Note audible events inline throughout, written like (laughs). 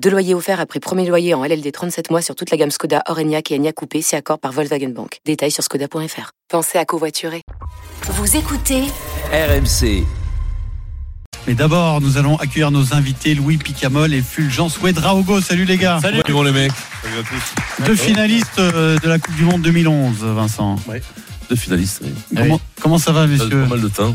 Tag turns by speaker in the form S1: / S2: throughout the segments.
S1: Deux loyers offerts après premier loyer en LLD 37 mois sur toute la gamme Skoda, Orenia et Enya Coupé, si accord par Volkswagen Bank. Détails sur skoda.fr. Pensez à covoiturer.
S2: Vous écoutez
S3: RMC.
S4: Mais d'abord, nous allons accueillir nos invités Louis Picamol et Fulgence Ouedraogo. Salut les gars.
S5: Salut. Salut les mecs.
S4: Salut à tous. Deux finalistes euh, de la Coupe du Monde 2011, Vincent.
S5: Oui. Deux finalistes. Oui.
S4: Comment, oui. comment ça va, messieurs
S5: Pas mal de temps.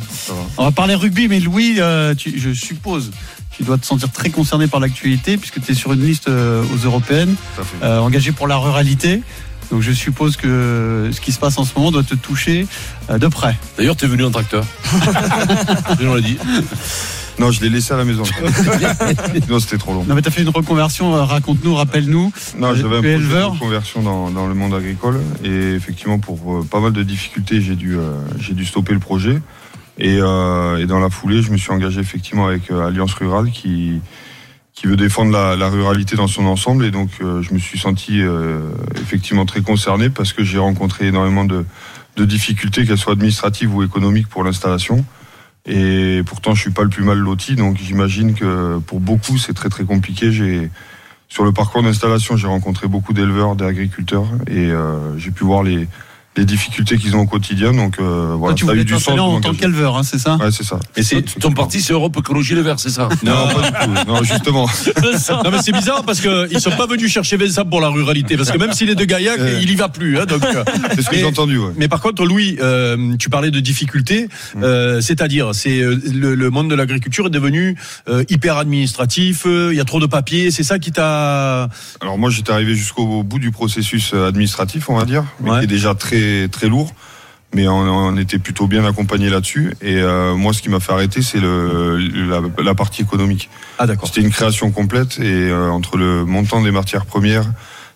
S4: On va parler rugby, mais Louis, euh, tu, je suppose, tu dois te sentir très concerné par l'actualité puisque tu es sur une liste euh, aux européennes, engagé pour la ruralité. Donc je suppose que ce qui se passe en ce moment doit te toucher euh, de près.
S5: D'ailleurs, tu es venu en tracteur. on l'a dit.
S6: Non, je l'ai laissé à la maison. non, c'était trop long.
S4: Non, mais t'as fait une reconversion, euh, raconte-nous, rappelle-nous.
S6: Non, j'avais un projet de reconversion dans, dans, le monde agricole. Et effectivement, pour euh, pas mal de difficultés, j'ai dû, euh, j'ai dû stopper le projet. Et, euh, et, dans la foulée, je me suis engagé effectivement avec euh, Alliance Rurale qui, qui veut défendre la, la, ruralité dans son ensemble. Et donc, euh, je me suis senti euh, effectivement très concerné parce que j'ai rencontré énormément de, de difficultés, qu'elles soient administratives ou économiques, pour l'installation. Et pourtant, je suis pas le plus mal loti, donc j'imagine que pour beaucoup, c'est très très compliqué. J'ai sur le parcours d'installation, j'ai rencontré beaucoup d'éleveurs, d'agriculteurs, et euh, j'ai pu voir les, les difficultés qu'ils ont au quotidien. Donc euh, voilà,
S4: ah, tu
S6: ça
S4: a eu du sens. en tant qu'éleveur, hein, c'est ça
S6: Ouais, c'est ça.
S5: Et c'est ton parti, c'est Europe Écologie Le Vert,
S4: (laughs)
S5: c'est ça
S6: Non, pas du tout. Non, justement.
S7: non, mais c'est bizarre parce qu'ils sont pas venus chercher Vincent pour la ruralité. Parce que même s'il est de Gaillac, euh... il y va plus. Hein, donc,
S6: c'est ce que j'ai entendu. Ouais.
S7: Mais par contre, Louis, euh, tu parlais de difficultés. euh, C'est-à-dire, c'est le, le, monde de l'agriculture est devenu euh, hyper administratif. euh, Il y a trop de papiers. C'est ça qui t'a.
S6: Alors moi, j'étais arrivé jusqu'au bout du processus euh, administratif, on va dire, mais ouais. qui est déjà très très lourd. Mais on, on était plutôt bien accompagné là-dessus. Et euh, moi, ce qui m'a fait arrêter, c'est le, la, la, partie économique.
S7: Ah,
S6: C'était une création complète. Et euh, entre le montant des matières premières,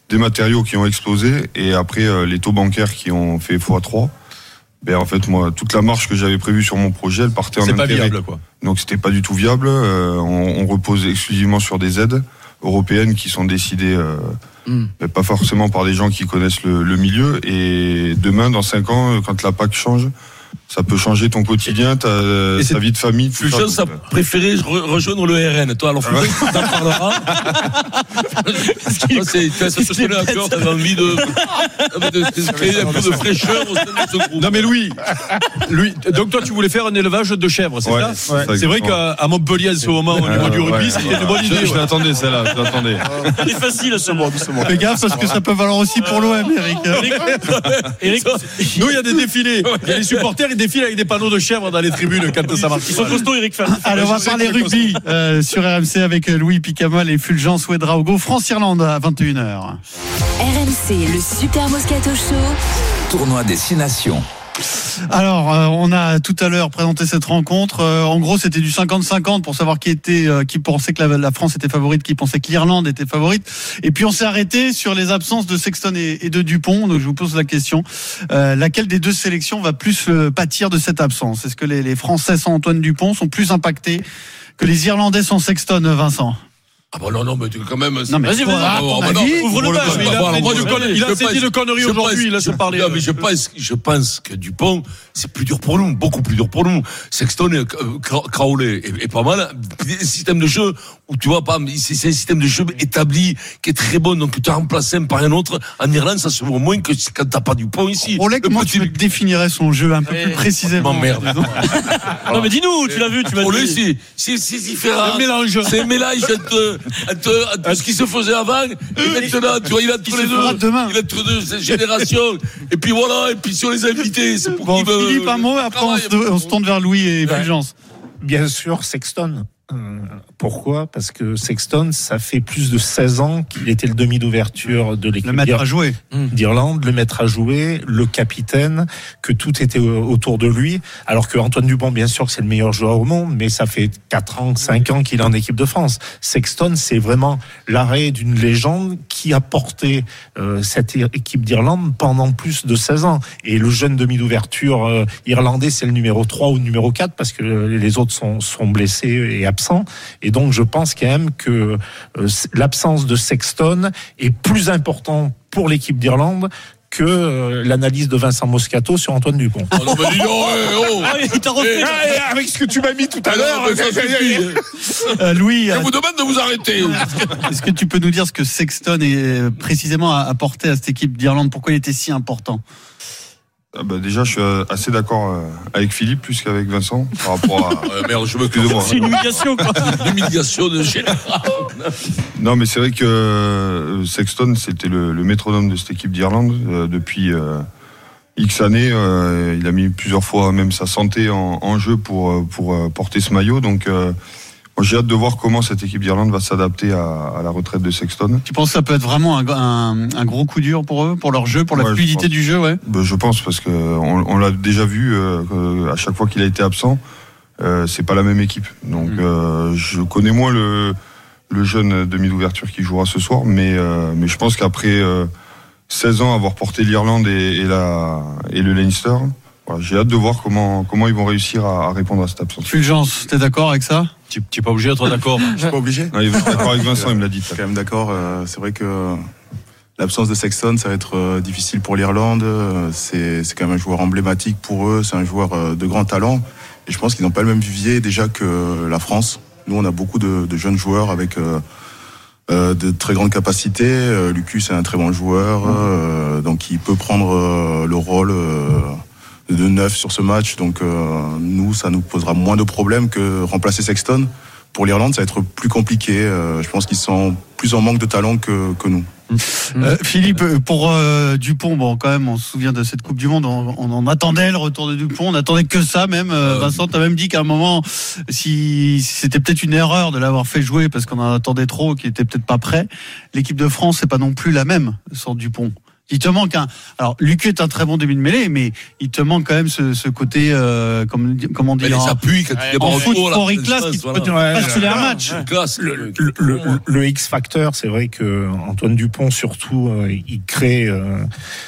S6: des matériaux qui ont explosé, et après euh, les taux bancaires qui ont fait x3, ben, en fait, moi, toute la marche que j'avais prévue sur mon projet, elle partait en
S7: C'est pas viable, quoi.
S6: Donc, c'était pas du tout viable. Euh, On, on, repose exclusivement sur des aides européennes qui sont décidées. euh, Mais pas forcément par des gens qui connaissent le, le, milieu. Et demain, dans 5 ans, quand la PAC change, ça peut changer ton quotidien, ta, ta vie de famille.
S5: Plus jeune, ça préféré re rejoindre le RN. Toi, alors, ah ouais. t'en parleras.
S7: (laughs)
S5: tu as ce à cœur, t'avais envie de, de, de, créer un peu de fraîcheur au sein de ce groupe.
S7: Non, mais Louis, Louis, donc toi, tu voulais faire un élevage de chèvres, c'est ouais, ça Euh, ouais. C'est vrai qu'à Montpellier, à ce moment, au niveau du rugby, c'était une bonne idée.
S6: Je, je l'attendais, celle-là, je l'attendais.
S8: Elle est facile, ce mot, doucement.
S4: Fais gaffe, parce que ça peut valoir aussi pour l'OM,
S8: Euh,
S4: Eric.
S7: Eric, nous, il y a des défilés. Il y a les supporters, ils défilent avec des panneaux de chèvres dans les tribunes quand ça marche.
S8: Ils sont costauds, Eric Ferrand.
S4: Allez, on va parler rugby euh, sur RMC avec Louis Picamol et Fulgence Ouedraogo. France-Irlande à 21h.
S2: RMC, le Super Moscato Show.
S3: Tournoi Destination.
S4: Alors, euh, on a tout à l'heure présenté cette rencontre. Euh, en gros, c'était du 50-50 pour savoir qui était, euh, qui pensait que la, la, France était favorite, qui pensait que l'Irlande était favorite. Et puis, on s'est arrêté sur les absences de Sexton et, et, de Dupont. Donc, je vous pose la question euh, laquelle des deux sélections va plus pâtir de cette absence Est-ce que les, les, Français sans Antoine Dupont sont plus impactés que les Irlandais sans Sexton, Vincent
S5: ah bah non, non, mais Oh, quand même...
S4: Vas-y, vas-y,
S7: Ah,
S5: bah
S7: ouvre le bas. Il a saisi de conneries aujourd'hui, il a se parler. hein.
S5: Non, mais je pense, je pense que Dupont, c'est plus dur pour nous, beaucoup plus dur pour nous. Sexton, Crowley est pas mal. C'est un système de jeu où tu vois, c'est un système de jeu établi qui est très bon, donc tu as remplacé un par un autre. En Irlande, ça se voit moins que quand t'as pas Dupont ici.
S4: Crowley, comment tu définirais son jeu un peu plus précisément
S5: merde.
S8: Non, mais dis-nous, tu l'as vu, tu m'as
S5: dit. c'est différent.
S7: C'est un mélange.
S5: C'est un mélange de... À te, à te, ce qui se faisait avant et maintenant tu vois il a entre les deux
S4: demain.
S5: il a entre deux générations et puis voilà et puis sur les invités c'est pour
S6: euh,
S4: bon, Philippe un mot après on se, on se, tourne vers Louis et Fulgence
S9: bien sûr Sexton Euh, Pourquoi Parce que Sexton, ça fait plus de 16 ans qu'il était le demi d'ouverture de
S4: Le
S9: l'équipe
S4: mettre
S9: d'Ir-
S4: à
S6: (laughs)
S4: jouer.
S9: d'Irlande, le maître à jouer, le capitaine, que tout était au- autour de lui. Alors que Antoine Dupont, bien sûr, que c'est le meilleur joueur au monde, mais ça fait 4 ans, 5 ans qu'il est en équipe de France. Sexton, c'est vraiment l'arrêt d'une légende qui a porté euh, cette i- équipe d'Irlande pendant plus de 16 ans. Et le jeune demi d'ouverture euh, irlandais, c'est le numéro 3 ou le numéro 4 parce que euh, les autres sont, sont blessés et absents. Et donc, je pense quand même que euh, c- l'absence de Sexton est plus important pour l'équipe d'Irlande que euh, l'analyse de Vincent Moscato sur Antoine Dupont.
S5: Oh, non, mais dis donc, eh, oh.
S8: Ah oui, il t'a refait.
S5: Eh, eh,
S9: Avec ce que tu m'as mis tout
S5: ah, non, mais ça suffit.
S4: Euh, Louis,
S5: Je
S4: euh,
S5: vous demande de vous arrêter.
S9: Ah.
S4: est-ce que tu peux nous dire ce que Sexton est euh, précisément a apporté à cette équipe d'Irlande Pourquoi il était si important
S6: Ah bah, déjà, je suis euh, assez d'accord euh, avec Philippe plus qu'avec Vincent par rapport à. (laughs)
S5: Euh, merde, je me
S6: Excusez-moi.
S8: C'est une humiliation, quoi.
S5: L'humiliation de général.
S6: Non, mais c'est vrai que euh, Sexton, c'était le, le métronome de cette équipe d'Irlande euh, depuis euh, X années. euh, il a mis plusieurs fois même sa santé en, en jeu pour, euh, pour euh, porter ce maillot. Donc, euh, moi, j'ai hâte de voir comment cette équipe d'Irlande va s'adapter à, à la retraite de Sexton.
S4: Tu penses que ça peut être vraiment un, un- un gros coup dur pour eux, pour leur jeu, pour la
S6: Ouais, je
S4: fluidité
S6: pense.
S4: du jeu ouais
S6: Ben, je pense parce que on, on l'a déjà vu euh, que à chaque fois qu'il a été absent, euh, c'est pas la même équipe. Donc
S4: Mhm.
S6: euh, je connais moins le, le jeune demi d'ouverture qui jouera ce soir, mais euh, mais je pense qu'après euh, 16 ans avoir porté l'Irlande et, et la et le Leinster, voilà, j'ai hâte de voir comment comment ils vont réussir à, à répondre à cette absence.
S4: Fulgence, t'es d'accord avec ça
S7: Tu n'es pas obligé d'être d'accord.
S10: Je suis pas obligé.
S6: Non, il est d'accord avec Vincent, il me l'a dit.
S10: Je suis quand même d'accord. euh, C'est vrai que l'absence de Sexton, ça va être euh, difficile pour l'Irlande. euh, C'est c'est quand même un joueur emblématique pour eux. C'est un joueur euh, de grand talent. Et je pense qu'ils n'ont pas le même vivier déjà que euh, la France. Nous, on a beaucoup de, de jeunes joueurs avec euh, euh, de très grandes capacités. Euh, Lucu, c'est un très bon joueur. euh, donc, il peut prendre euh, le rôle. euh, de neuf sur ce match, donc euh, nous, ça nous posera moins de problèmes que Euh, remplacer Sexton pour l'Irlande, ça va être plus compliqué. Euh, je pense qu'ils sont plus en manque de talent que, que nous.
S4: Euh, Philippe, euh, pour euh, Dupont, bon, quand même, on se souvient de cette Coupe du Monde, on, on en attendait le retour de Dupont, on attendait que ça même. Euh,
S5: Euh,
S4: Vincent, t'as même dit qu'à un moment, si c'était peut-être une erreur de l'avoir fait jouer parce qu'on en attendait trop, qu'il était peut-être pas prêt. L'équipe de France, c'est pas non plus la même sans Dupont. Il te manque un. Alors, Lucu est un très bon début de mêlée, mais il te manque quand même ce, ce côté, euh, comme, comment
S5: Mais
S4: dire,
S5: les
S4: en-
S5: appuis quand tu
S4: en
S5: débarques
S4: foot
S5: au
S4: for
S5: tour, là,
S4: class qui te
S5: voilà.
S4: peut basculer un match.
S5: Classe.
S9: le, le- le- le X factor, c'est vrai que Antoine Dupont surtout, euh, il crée euh,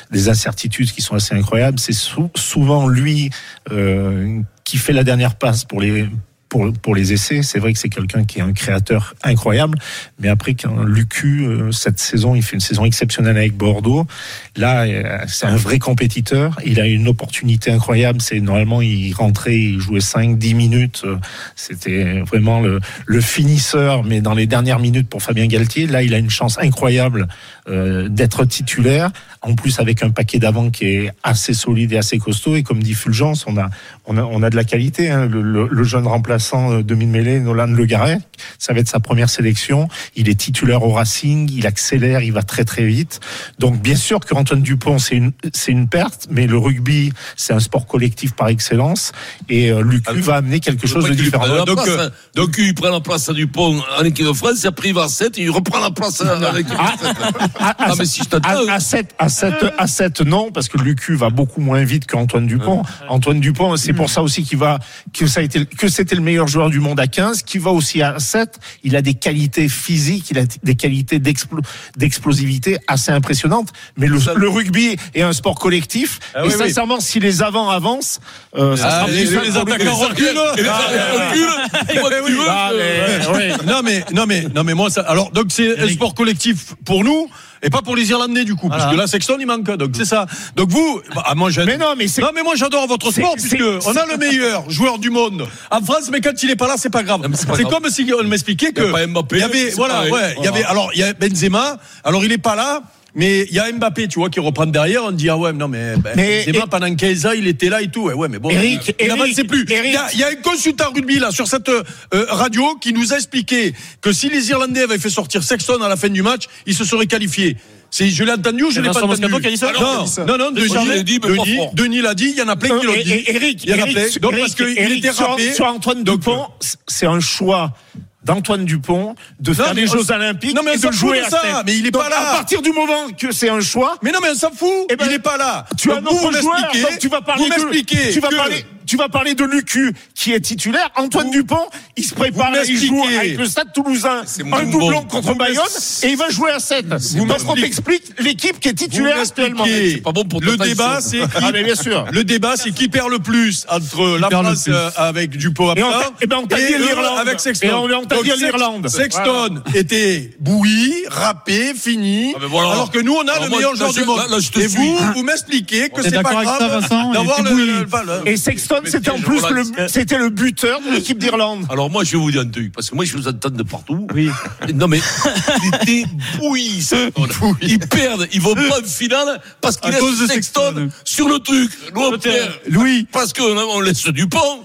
S9: des incertitudes qui sont assez incroyables. C'est sou- souvent lui euh, qui fait la dernière passe pour les pour, pour les essais. C'est vrai que c'est quelqu'un qui est un créateur incroyable, mais après quand Lucu euh, cette saison, il fait une saison exceptionnelle avec Bordeaux. Là, euh, c'est un vrai compétiteur. Il a une opportunité incroyable. C'est normalement il rentrait, il jouait 5-10 minutes. Euh, C'était vraiment le, le finisseur, mais dans les dernières minutes pour Fabien Galtier. Là, il a une chance incroyable euh, d'être titulaire. En plus, avec un paquet d'avant qui est assez solide et assez costaud. Et comme dit Fulgence, on a, on a, on a de la qualité. hein. Le, le- le jeune remplaçant euh, de Mille-Mêlée, Nolan Le Garret, ça va être sa première sélection. Il est titulaire au Racing, il accélère, il va très très vite. Donc, bien sûr que Antoine Dupont, c'est une, c'est une perte, mais le rugby, c'est un sport collectif par excellence. Et euh, Lucu
S5: Ah, mais-
S9: va amener quelque
S5: Je veux
S9: chose
S5: pas
S9: de
S5: qu'il
S9: différent.
S5: prenne la
S7: Donc,
S5: place,
S7: euh,
S5: hein. Donc, il prend la place à Dupont en équipe de France, il a pris 7 et il reprend la place à à l'équipe de France.
S9: Ah, ah,
S5: Ah, mais si je t'attends.
S9: À, à 7, à 7, à 7, non, parce que Lucu va beaucoup moins vite qu'Antoine Dupont. Antoine Dupont, c'est
S7: Mm.
S9: pour ça aussi qu'il va, que ça a été, que c'était le meilleur joueur du monde à 15, qui va aussi à 7. Il a des qualités physiques, il a des qualités d'explo- d'explosivité assez impressionnantes. Mais le, le rugby est un sport collectif.
S7: Ah
S9: et
S7: oui, oui.
S9: sincèrement, si les avants avancent, euh, ça sera
S7: Ah,
S9: plus
S7: les,
S9: simple
S7: les
S9: pour Lucu.
S7: attaquants reculent.
S5: Et les reculent. Moi, tu veux,
S9: Ah,
S5: euh,
S9: mais, ouais.
S7: (laughs) Non mais non mais non mais moi ça alors donc c'est un
S4: Eric.
S7: sport collectif pour nous et pas pour les Irlandais du coup
S4: Voilà.
S7: parce que là Sexton il manque donc c'est ça donc vous bah, ah, moi j'ad-
S9: Mais non, mais c'est-
S7: non mais moi j'adore votre
S9: C'est-
S7: sport
S9: c'est-
S7: puisque on a le meilleur joueur du monde en France mais quand il est pas là c'est pas grave
S5: mais c'est pas
S7: c'est
S5: grave.
S7: comme si on m'expliquait
S5: Il y a
S7: que
S5: pas Mbappé,
S7: il y avait
S5: c'est
S7: voilà
S5: pareil.
S7: ouais il y avait alors il y a Benzema alors il est pas là mais il y a Mbappé, tu vois, qui reprend derrière. On dit, ah ouais, non, mais, ben,
S9: Mais-
S7: Benzema,
S9: et-
S7: pendant 15 ans, il était là et tout. Ouais, ouais, mais bon.
S9: Eric,
S7: il
S9: Eric,
S7: avançait plus.
S9: Eric.
S7: Il y a- il y a un consultant rugby là sur cette euh, euh, radio qui nous a expliqué que si les Irlandais avaient fait sortir Sexton à la fin du match, ils se seraient qualifiés. C'est, je l'ai entendu ou je
S8: C'est
S7: l'ai pas
S8: Vincent
S7: entendu
S8: Moscato qui a dit ça
S7: Non, non, non,
S8: C'est Charles
S7: Denis,
S8: qui l'a dit, mais pas
S7: Denis,
S8: fort.
S7: Denis l'a dit, il y en a plein qui l'ont
S9: Et-
S7: dit.
S9: et- Eric,
S7: il y en a
S9: Eric,
S7: plein. Donc
S9: Eric,
S7: parce qu'il
S9: Eric,
S7: était euh,
S9: sur-
S7: rappé.
S9: sur Antoine Dupont, c'est un choix d'Antoine Dupont de
S7: Non,
S9: faire
S7: mais
S9: les
S7: on-
S9: Jeux Olympiques
S7: Non, mais
S9: et
S7: on s'en
S9: de
S7: fout
S9: jouer
S7: de
S9: à
S7: ça,
S9: Stade.
S7: mais il est
S9: Donc,
S7: pas là.
S9: À partir du moment que c'est un choix,
S7: Mais non, mais on s'en fout.
S9: Eh ben,
S7: il est pas là.
S9: tu as un
S7: Donc, vous
S9: autre joueur,
S7: m'expliquez-
S9: donc tu vas parler
S7: vous m'expliquez
S9: de, tu vas
S7: que-
S9: parler, tu vas parler de Lucu qui est titulaire. Antoine Dupont, il se prépare,
S7: vous
S9: il joue
S7: m'expliquez-
S9: avec le Stade Toulousain,
S5: C'est mon
S9: un
S5: bon.
S9: doublon contre
S5: Vous
S9: Bayonne
S5: m'ex-
S9: et il va jouer à 7. Donc on
S5: m'expliquez-
S9: t'explique l'équipe qui est
S7: Vous
S9: titulaire actuellement.
S7: m'expliquez.
S5: C'est pas bon pour
S7: le
S5: Total
S7: débat,
S5: Show.
S7: c'est qui,
S9: Ah mais bien sûr.
S7: le débat, c'est qui perd le plus entre la
S4: perd le
S7: France
S4: plus
S7: euh, avec Dupont
S9: Et on
S7: après,
S8: eh
S9: t'a- et ben on t'a dit
S7: eux
S9: l'Irlande.
S7: avec Sexton.
S9: Et on- on t'a
S7: Donc,
S9: dit
S7: Sex-
S9: l'Irlande.
S7: Sexton était bouilli, râpé, fini.
S5: Ah, mais voilà.
S7: Alors que nous, on a
S5: Alors
S7: le
S5: moi,
S7: meilleur
S5: là,
S7: joueur
S5: je-
S7: du monde.
S5: là, là, je te
S7: et
S5: suis.
S7: vous, vous m'expliquez que
S4: T'es
S7: c'est pas
S4: d'accord avec ça,
S7: grave
S4: Vincent Il
S7: d'avoir
S4: était
S7: le,
S4: bouilli.
S7: le- enfin, le-
S9: Et Sexton, c'était en plus le, c'était le buteur de l'équipe d'Irlande.
S5: Alors moi, je vais vous dire un truc, parce que moi, je vous entends de partout. Oui. Non mais, (laughs) il était bouilli, Sexton. Ils perdent, ils vont pas en finale parce qu'ils
S4: À cause de
S5: laissent
S4: Sexton.
S5: Sexton sur le truc. Nous, on
S8: Le
S5: perd
S8: terrain.
S4: Louis.
S5: parce qu'on on laisse du pont.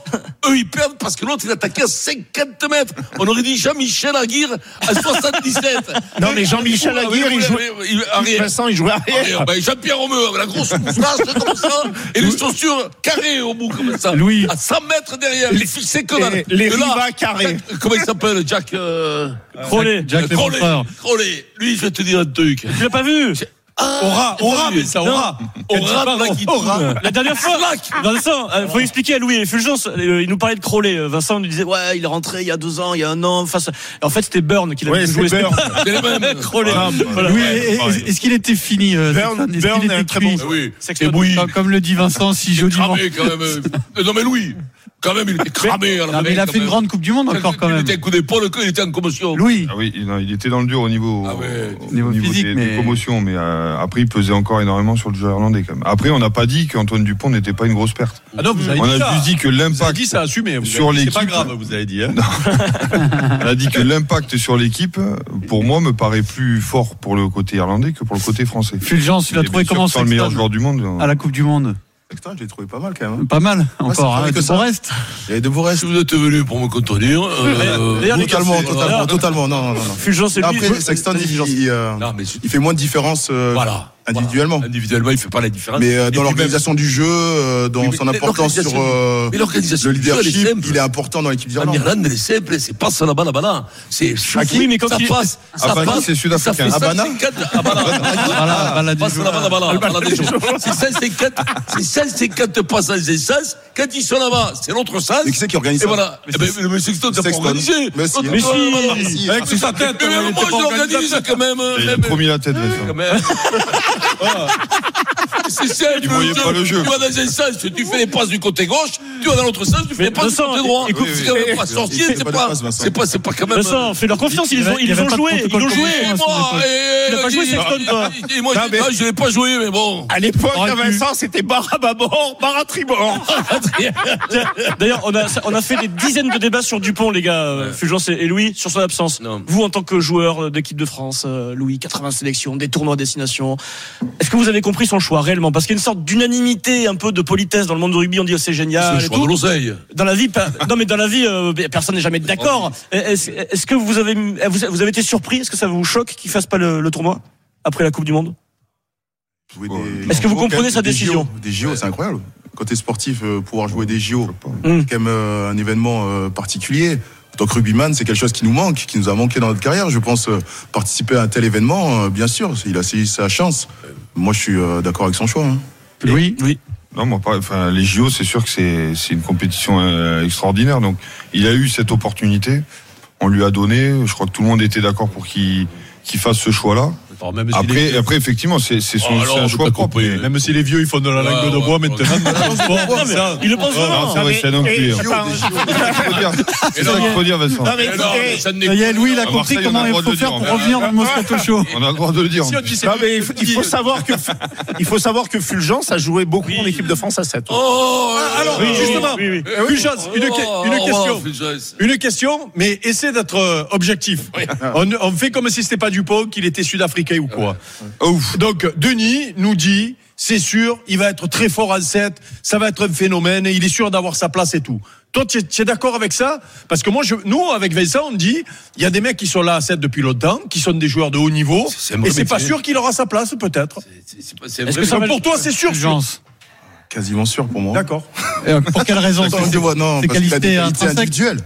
S5: Eux, ils perdent parce que l'autre, il attaquait à 50 mètres. On aurait dit Jean-Michel Aguirre à 77.
S9: Non, mais Jean-Michel
S5: Oui,
S9: Aguirre,
S5: oui,
S9: il
S5: oui,
S9: joue-
S5: oui, il- arrière.
S9: Vincent, il jouait arrière.
S5: Arrière. Ben, Jean-Pierre Romeu, avec la grosse moustache comme ça, et les chaussures carrées au bout comme ça.
S9: Louis.
S5: À 100 mètres derrière, les fixés que dalle.
S9: Et les
S5: Et là,
S9: rivas carrés.
S5: Jack- Comment il s'appelle, Jack, euh,
S8: Crollet.
S4: Jack les
S5: Crowley.
S4: frères.
S5: Crowley. Lui, je vais te dire un truc. Ah,
S8: Tu l'as pas vu
S5: Aura,
S7: aura, mais ça aura.
S5: Aura de la guitare.
S8: La dernière fois, Vincent, il faut expliquer à Louis Fulgence, euh, il nous parlait de Crowley. Euh, Vincent nous disait, ouais, il est rentré il y a deux ans, il y a un an, face. En fait, c'était Burn qui l'avait
S9: Ouais,
S8: joué.
S9: c'est Burn.
S5: C'est les mêmes.
S8: Crowley.
S7: Ah, bah,
S8: Voilà.
S4: Louis,
S6: ouais,
S4: est-
S6: pareil.
S4: est-ce qu'il était fini euh,
S9: Burn-
S4: Stéphane Est-ce
S9: Burn
S4: qu'il
S9: est un
S4: était
S9: très
S4: cuit
S9: bon
S5: Ah oui, c'est
S8: Sexton.
S5: bouilli.
S4: Comme- Comme le dit Vincent, si joliment.
S5: Cramé, quand même. Euh, Non, mais Louis, quand même, il était cramé à la
S4: Ah, mais
S5: fin,
S4: il a
S5: quand
S4: fait une
S5: même.
S4: grande Coupe du Monde encore quand
S5: Il
S4: même.
S5: était un coup d'épaule, il était en commotion.
S4: Louis.
S6: Ah oui, il, non, il était dans le dur au niveau,
S5: Ah ouais.
S6: au
S4: Niveau
S6: niveau,
S4: physique,
S6: des,
S4: mais-
S6: des commotions, mais euh, après il pesait encore énormément sur le jeu irlandais quand même. Après, on n'a pas dit qu'Antoine Dupont n'était pas une grosse perte.
S7: Ah non, vous avez
S6: on
S7: dit
S6: a
S7: ça.
S6: juste dit que
S7: Vous avez
S6: l'impact,
S7: dit ça, assumé. Vous
S6: sur
S7: avez dit, C'est pas
S6: l'équipe.
S7: grave, vous avez dit. hein.
S6: on a dit que l'impact sur l'équipe, pour moi, me paraît plus fort pour le côté irlandais que pour le côté français.
S4: Fulgence, tu l'as
S6: Et bien
S4: trouvé
S6: sûr,
S4: comment
S6: sans le meilleur
S4: Sexton Ah,
S6: joueur du monde. hein.
S4: à la Coupe du Monde
S10: Sexton, je l'ai trouvé pas mal quand même. hein.
S4: Pas mal
S10: c'est
S4: encore.
S10: pas
S4: hein,
S10: mal que
S4: de
S10: ça.
S4: son reste.
S10: Il y avait de beaux restes.
S5: Si vous êtes venu pour me contenir, euh,
S8: D'ailleurs, les gars,
S10: Totalement,
S8: c'est-
S10: totalement,
S8: voilà.
S10: totalement. Non, non, non.
S8: Fulgence et Louis.
S10: Après, Sexton,
S8: Vas-y, Fulgence.
S10: il, il, euh,
S5: non, mais je-
S10: il fait moins de différence euh,
S5: voilà.
S10: individuellement.
S5: Voilà. Individuellement, il fait pas la différence.
S10: Mais euh,
S5: Et
S10: dans
S5: puis
S10: l'organisation du jeu, euh, dans
S5: Oui, mais
S10: son
S5: mais
S10: importance sur
S5: l'organisation-
S10: euh,
S5: mais l'organisation
S10: le
S5: du jeu, elle est
S10: leadership,
S5: simple.
S10: il est important dans l'équipe
S5: même, En
S10: d'Irlande. Ah,
S5: Irlande, elle est simple, c'est pas ça là-bas, là-bas, là. C'est
S8: qui Oui, mais quand
S5: ça
S8: il-
S5: passe, ça
S6: Abana,
S5: passe.
S6: c'est sud-africain.
S5: Ça fait
S10: Abana
S5: 150, Abana.
S4: Voilà, voilà,
S5: Passe
S4: du-
S5: là-bas, là-bas, là-bas, là-bas, des jours. C'est 154, c'est 154 passes dans un sens. Quand ils sont là-bas, c'est l'autre sens.
S10: Mais qui c'est qui organise
S5: Et
S10: ça
S5: voilà. Eh ben, le Sexton, t'as pas
S10: Sexton.
S5: organisé.
S10: Mais si.
S5: L'autre,
S10: Mais si.
S5: voilà.
S10: Mais si.
S5: Avec
S10: Avec
S5: sa tête. hein, Mais même moi, je l'organise quand même. hein.
S6: Et il a
S5: même-
S6: promis la tête. Vincent. (laughs)
S5: quand même. Ah. C'est simple.
S6: Tu voyais pas le jeu.
S5: Tu vas dans un sens, tu fais les passes du côté gauche. Tu vas dans l'autre sens, tu fais
S8: Mais
S5: les passes du
S8: Vincent,
S5: côté droit.
S8: écoute,
S5: C'est quand même pas sorcier,
S10: Il fait
S5: c'est
S10: pas de
S5: pas,
S10: passe, Vincent.
S5: c'est pas, c'est pas quand même.
S8: Vincent, fais-leur confiance, ils
S4: Il y
S8: les ont,
S4: avait- il
S8: ils
S4: y
S8: les
S4: avait
S8: ont
S4: pas de
S8: joué, ils
S4: protocole
S8: l'ont
S4: Covid
S8: joué.
S4: à
S5: Et
S4: son
S5: moi,
S4: époque.
S5: et-
S8: Il a pas joué, Sexton, toi.
S5: Et moi,
S9: Non, mais-
S5: je l'ai pas joué, mais bon.
S9: À l'époque,
S4: Aurait
S9: à
S4: pu.
S9: Vincent, c'était bar à bâbord, bar à tribord.
S8: D'ailleurs, on a, on a fait des dizaines de débats sur Dupont, les gars, euh, Fulgence et- et Louis, sur son absence.
S5: Non.
S8: Vous, en tant que joueur d'équipe de France, euh, Louis, 80 sélections, des tournois à destination, est-ce que vous avez compris son choix réellement Parce qu'il y a une sorte d'unanimité, un peu de politesse dans le monde du rugby, on dit oh, c'est
S7: Ah,
S8: génial.
S5: C'est le
S8: et
S5: choix
S8: tout.
S5: de l'oseille.
S8: Dans la vie, pa- non mais dans la vie, euh, personne n'est jamais d'accord. Est-ce est-ce que vous avez, vous vous avez été surpris Est-ce que ça vous choque qu'il fasse pas le, le tournoi après la Coupe du Monde
S10: Jouer
S6: Est-ce
S10: des-
S8: que vous
S10: jouer
S8: comprenez
S10: des
S8: sa
S10: JO,
S8: décision
S10: Des JO, c'est incroyable. Côté sportif, euh, pouvoir jouer des JO,
S8: Mm.
S10: c'est quand même euh, un événement euh, particulier. En tant que rugbyman, c'est quelque chose qui nous manque, qui nous a manqué dans notre carrière. Je pense euh, participer à un tel événement, euh, bien sûr, il a saisi sa chance. Moi, je suis euh, d'accord avec son choix. hein.
S4: Louis.
S6: Non, moi, pas, enfin, les JO, c'est sûr que c'est c'est une compétition euh, extraordinaire. Donc, il a eu cette opportunité. On lui a donné. Je crois que tout le monde était d'accord pour qu'il qu'il fasse ce choix-là.
S7: Alors, même si les-
S6: Après, après, effectivement, c'est c'est son
S5: Oh,
S6: c'est
S5: alors,
S6: un
S5: on peut
S6: choix
S5: pas
S6: propre.
S5: couper.
S6: mais-
S7: Même si les vieux ils font de la
S5: Ouais,
S7: langue de
S5: ouais,
S7: bois
S5: ouais.
S7: maintenant. Bon, ça-
S8: Il le pense
S6: Ah, non,
S8: vraiment.
S6: c'est vrai, c'est un enculé, hein.
S9: Et- enfin,
S6: C'est ça qu'il faut dire. C'est ça qu'il faut dire, Vincent.
S9: non, mais,
S5: Mais non, mais
S9: écoutez,
S5: ça ne
S4: Ça y est, Louis, il a
S6: À
S4: compris
S6: Marseille, on a
S4: comment
S6: le
S4: il
S6: droit de
S4: faut
S6: le
S4: faire
S6: dire,
S4: pour
S6: on verra.
S4: revenir dans le Moscato Show.
S6: On a le droit de le dire.
S7: Si on dit c'est
S9: non, mais il faut- il faut savoir que il faut savoir que Fulgence a joué beaucoup en équipe de France à 7.
S5: Oh,
S7: Ah, Alors,
S8: Oui,
S7: justement,
S8: oui, oui,
S7: Fulgence, une, que- une question. Une question, mais essaie d'être euh, objectif. (laughs) On,
S11: Ah
S7: on fait comme si c'était pas Dupont, qu'il était sud-africain ou quoi. Ouf. Donc, Denis nous dit c'est sûr, il va être très fort en 7, ça va être un phénomène, et il est sûr d'avoir sa place et tout. Toi, tu es, tu es d'accord avec ça Parce que moi, je, nous, avec Vincent, on dit, il y a des mecs qui sont là à 7 depuis longtemps, qui sont des joueurs de haut niveau,
S5: C'est- c'est un vrai
S7: et c'est pas
S5: métier.
S7: sûr qu'il aura sa place, peut-être. Est-ce
S5: vrai
S7: que ça,
S5: métier.
S7: pour toi, c'est sûr, sûr
S4: Urgence.
S11: Quasiment sûr pour moi.
S7: D'accord.
S4: Pour quelle raison
S11: Attends, dis-moi, non,
S4: Ses
S11: parce qu'il a des
S4: qualités
S11: qualités
S4: intrinsèques
S11: individuelles.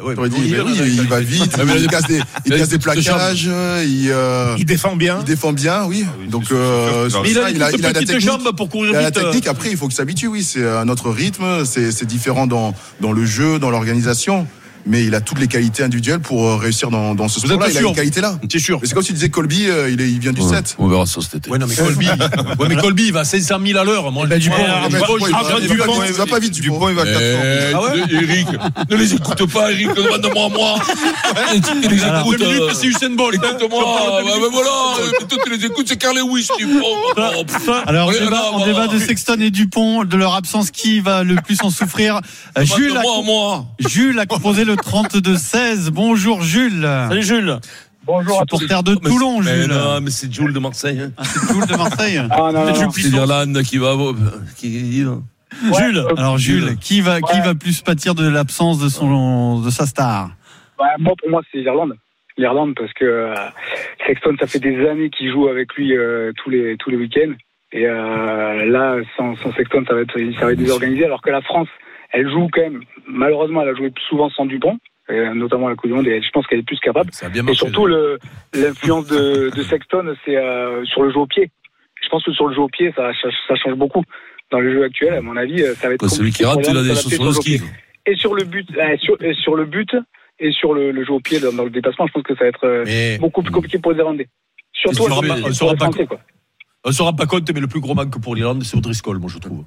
S7: Ouais,
S11: T'aurais dit,
S7: oui,
S11: mais
S7: il en a
S11: oui,
S7: des
S11: il va vite,
S5: Ah, mais
S11: il
S5: il-
S11: casse des, il
S5: il a
S11: casse des
S5: des petites
S11: plaquages, euh, il, euh,
S12: Il défend bien.
S11: il défend bien, oui.
S6: oui,
S11: Donc,
S6: c'est sûr,
S11: euh,
S6: c'est sûr.
S11: sur
S6: Mais
S11: ça, il a, il a la
S13: petites
S11: technique.
S13: jambes pour courir
S11: Il a la
S13: vite, euh.
S11: technique. Après, il faut que s'habitue, oui. C'est un autre rythme, c'est c'est différent dans, dans le jeu, dans l'organisation. Mais il a toutes les qualités individuelles pour euh, réussir dans, dans ce
S7: Vous êtes
S11: sport-là.
S7: pas
S11: Il a
S7: sûr
S11: une qualité là.
S7: C'est sûr.
S11: Mais c'est comme tu disais, Colby, euh, il, est- il vient du 7.
S5: On verra ça cet été.
S7: Ouais, non, mais Colby, ouais, mais Colby, il va à 500 000 à l'heure.
S13: Eh
S7: Moi,
S4: ben,
S7: je-
S4: Dupont,
S7: Ouais,
S4: ah,
S7: je-
S11: ben,
S7: je-
S11: Dupont, il
S7: ah,
S11: va-
S7: Dupont,
S11: il va-
S7: Dupont,
S11: il va pas vite,
S6: Du point, il va à 400.
S5: Eh,
S7: Ah ouais
S5: Eric, ne les écoute pas, Eric, demande-moi moi. (laughs) Tu les
S13: Ah,
S5: écoutes.
S7: deux minutes,
S5: euh,
S7: c'est Usain Bolt.
S5: Écoute-moi. Ouais, mais voilà, euh, toi tu les écoutes, c'est Carl Lewis, tu prends. Oh, pff.
S4: Alors, on
S5: Oui,
S4: débat,
S5: alors,
S4: on
S5: bah,
S4: débat de
S5: oui.
S4: Sexton et Dupont, de leur absence, qui va le plus en souffrir Euh, Jules a,
S5: Demande-moi, moi.
S4: (laughs) Jules a composé le 32-16. Bonjour Jules,
S13: Salut Jules.
S9: Bonjour à tous.
S4: supporter de
S5: Mais-
S4: Toulon,
S5: mais
S4: Jules.
S5: non, mais c'est Jules de Marseille. hein.
S4: Jules de Marseille.
S9: Ah, non, non, non.
S5: C'est l'Irlande qui va. Qui...
S4: Jules.
S9: euh,
S4: Alors Jules,
S5: Euh, Jules.
S4: qui va qui
S9: Ouais.
S4: va plus pâtir de l'absence de son de sa star
S9: Bah, moi, pour moi, c'est l'Irlande. L'Irlande, parce que euh, Sexton, ça fait des années qu'il joue avec lui euh, tous les tous les week-ends. Et euh, là, sans, sans Sexton, ça va être ça va être désorganisé. Alors que la France, elle joue quand même. Malheureusement, elle a joué souvent sans Dupont, euh, notamment à la Coupe du Monde. Et je pense qu'elle est plus capable.
S5: Ça a bien
S9: Et
S5: marché.
S9: surtout, le- l'influence de, de Sexton, c'est euh, sur le jeu au pied. Je pense que sur le jeu au pied, ça, ça, ça change beaucoup. Dans le jeu actuel, à mon avis, euh, ça va être
S5: Quoi, Bah, celui qui
S9: compliqué
S5: rate,
S9: pour
S5: il a
S9: l'Irlande
S5: des
S9: de s'adapter
S5: chaussures
S9: au
S5: de
S9: jeu au pied
S5: ski.
S9: et sur le but euh, sur, et sur le but et sur le, le jeu au pied dans, dans le dépassement je pense que ça va être euh,
S7: Mais
S9: beaucoup plus compliqué pour les Irlandais
S7: Ils
S9: surtout le
S7: seront
S9: jeu
S7: pas-
S9: au
S7: ils
S9: pied pour
S7: seront
S9: les
S7: pas
S9: Français, quoi.
S7: on se rend pas compte, mais le plus gros manque pour l'Irlande, c'est Audrey Scholl, moi, je trouve.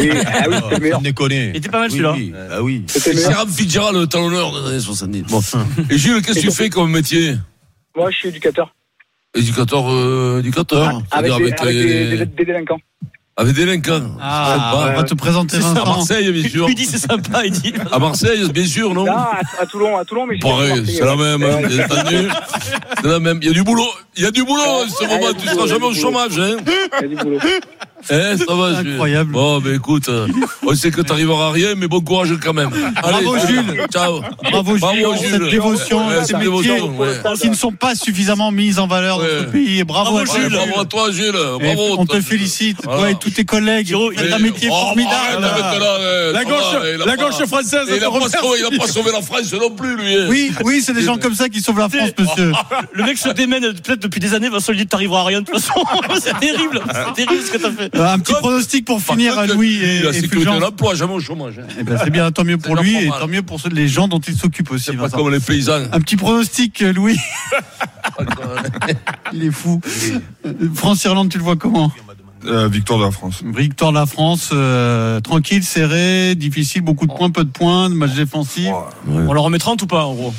S9: Et-
S5: (laughs)
S9: ah oui c'est le meilleur
S7: On déconner.
S13: Il était pas mal celui-là.
S7: Oui, oui. Ah oui.
S9: c'était
S5: C'est
S9: le meilleur
S5: Serap Fitzgerald, le talonneur des années 70. Bon. Et Jules, qu'est-ce que tu fais comme métier
S9: moi je suis éducateur
S5: Éducateur, euh, éducateur.
S9: avec,
S5: C'est-à-dire
S9: des, avec des, des-
S5: euh,
S9: des délinquants
S5: avec des lincolns.
S4: Ah, on va te présenter
S5: C'est ça, à
S4: Vincent.
S5: Marseille, bien sûr.
S13: Lui dit c'est sympa, il dit.
S5: À Marseille, bien sûr, non
S9: non à, à Toulon à Toulon mais je suis
S5: Pareil,
S9: Marseillais,
S5: c'est la
S9: ouais.
S5: même,
S9: Ouais,
S5: hein, bien entendu. C'est la même. Il y a du boulot. Il y a du boulot en ce moment. Tu seras jamais au chômage, hein.
S9: il y a du boulot.
S5: Eh, ça va, Jules.
S4: Incroyable.
S5: Bon, ben écoute, euh, on sait que t'arriveras à rien, mais bon courage quand même. Allez,
S4: Bravo, Jules.
S5: Ciao.
S4: Bravo Jules,
S5: Bravo,
S4: pour
S5: Jules.
S4: cette dévotion,
S5: Ouais,
S4: ces
S5: cette
S4: métiers
S5: dévotion, ouais.
S4: qui ne sont pas suffisamment mis en valeur dans
S5: Ouais.
S4: notre pays. Et bravo, à
S5: Ouais,
S4: toi,
S5: Bravo, à toi, Jules.
S4: Et
S5: Bravo.
S4: on
S5: toi,
S4: te
S5: Jules.
S4: félicite, toi
S5: Voilà.
S4: et tous tes collègues.
S13: Giro,
S4: C'est un
S5: Eh,
S4: métier
S5: oh,
S4: formidable.
S5: arrête avec là, eh,
S7: La
S5: ça
S7: gauche,
S5: va, il a
S7: la
S5: pas-
S7: gauche française,
S5: Et il a
S7: te
S5: pas
S7: remercie.
S5: sauvé- il a pas sauvé la France non plus, lui. hein.
S4: Oui, oui, c'est des gens comme ça qui sauvent la France, monsieur.
S13: Le mec se démène euh, peut-être depuis des années, Vincent lui dit t'arriveras à rien de toute façon. (laughs) c'est terrible, c'est terrible ce que t'as fait.
S4: Euh, Un petit pronostic pour
S5: Par
S4: finir,
S5: contre,
S4: Louis et,
S5: lui, La
S4: et
S5: sécurité
S4: Fulgence.
S5: de l'emploi, jamais au chômage. hein.
S4: Eh ben, c'est bien, tant mieux pour
S5: C'est
S4: lui
S5: leur
S4: et
S5: format.
S4: tant mieux pour ceux les gens dont il s'occupe aussi.
S5: C'est pas
S4: Vincent.
S5: comme Oh, les paysans.
S4: Un petit pronostic, euh,
S5: (laughs)
S4: Louis. (laughs) Il est fou. France-Irlande, tu le vois comment
S6: Euh, Victoire de la France.
S4: Victoire de la France, euh, tranquille, serré, difficile, beaucoup de points, peu de points, match défensif.
S13: On leur en met 30 ou pas en gros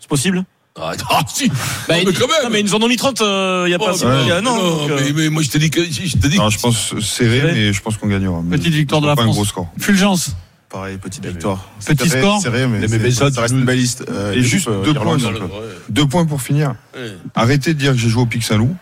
S13: C'est possible
S5: Ah, (laughs) ah, si.
S4: Bah,
S5: Non, mais
S13: il-
S5: quand même.
S13: non, mais ils nous en ont mis 30, il n'y a
S7: bah
S13: pas
S5: Oh,
S13: il euh, y a un an,
S5: non,
S13: donc, euh,
S5: mais, mais moi je te dis que je te dis.
S6: Alors, je pense serré, mais je pense qu'on gagnera. Mais
S4: Petite victoire de la
S6: pas un
S4: France.
S6: gros score.
S4: Fulgence,
S11: Pareil, petite victoire.
S4: Petit
S11: serré,
S4: score.
S11: serré, mais,
S7: Mais
S11: c'est-
S7: Benson,
S11: ça reste
S7: tu-
S11: une belle liste. Euh,
S6: Et juste
S11: euh,
S6: deux
S11: l'Irlande,
S6: points.
S11: c'est-
S6: donc. Deux points pour finir. Arrêtez de dire que j'ai joué au Pic Saint-Loup.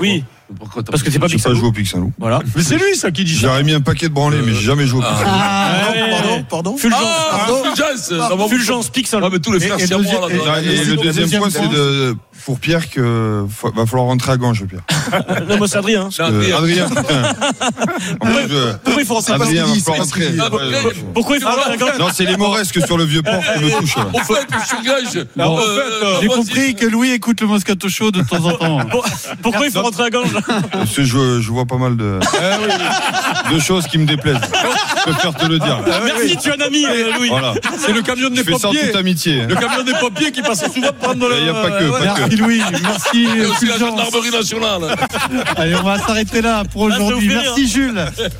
S13: oui,
S5: Pourquoi t'as
S13: parce que c'est pas
S6: J'ai
S13: Big
S6: pas
S13: Salut.
S6: joué au Pic Saint-Loup.
S13: Voilà.
S7: Mais c'est lui, ça, qui dit ça.
S6: J'aurais mis un paquet de branlés, mais j'ai jamais joué au Pic Saint-Loup.
S4: Ah,
S13: Ouais.
S11: Pardon, pardon.
S13: Fulgence,
S5: Ah, Fulgence ça va,
S13: Fulgence, Pixel.
S5: Ah, mais tous les frères
S4: et le
S5: siamois
S6: hein.
S7: bah,
S4: deuxième-
S5: là.
S6: Et le deuxième point, c'est de- pour Pierre que fa- va falloir rentrer à Gange, Pierre.
S13: Non, moi c'est Adrien.
S5: Non,
S6: Euh,
S5: (laughs) mais-
S6: Adrien, putain. En plus, euh,
S13: Pourquoi il faut rentrer
S6: Adrien va falloir
S11: c'est pas ce
S6: rentrer.
S11: qu'il dit.
S5: Ah, bah,
S6: Ouais, ouais.
S13: Pourquoi il faut rentrer à Gange
S6: Non, c'est les mauresques sur le vieux port qui me touchent. là.
S5: Au fait, je suis gage.
S4: Non,
S5: Euh,
S4: en
S7: fait, euh,
S4: j'ai
S5: moi,
S4: compris que Louis écoute le Moscato Show de temps en temps.
S13: Pour- Pourquoi il faut rentrer à Gange
S6: Parce que je, je vois pas mal de, de choses qui me déplaisent. Je préfère te le dire.
S7: Ah
S13: Merci, tu es un ami, euh, Louis.
S6: Voilà.
S7: C'est le camion
S6: Ah. Je
S7: des
S6: fais ça en
S7: pompiers.
S6: toute amitié. hein.
S7: Le camion des pompiers qui passe souvent prendre le.
S6: Il n'y a pas
S13: euh,
S6: que. pas que.
S4: Merci Louis, merci
S5: c'est aussi la
S4: Fulgence.
S5: gendarmerie nationale.
S4: Allez, on va s'arrêter là pour
S13: Là, ça vous
S4: aujourd'hui.
S5: hein.
S13: fait rire.
S4: Merci Jules.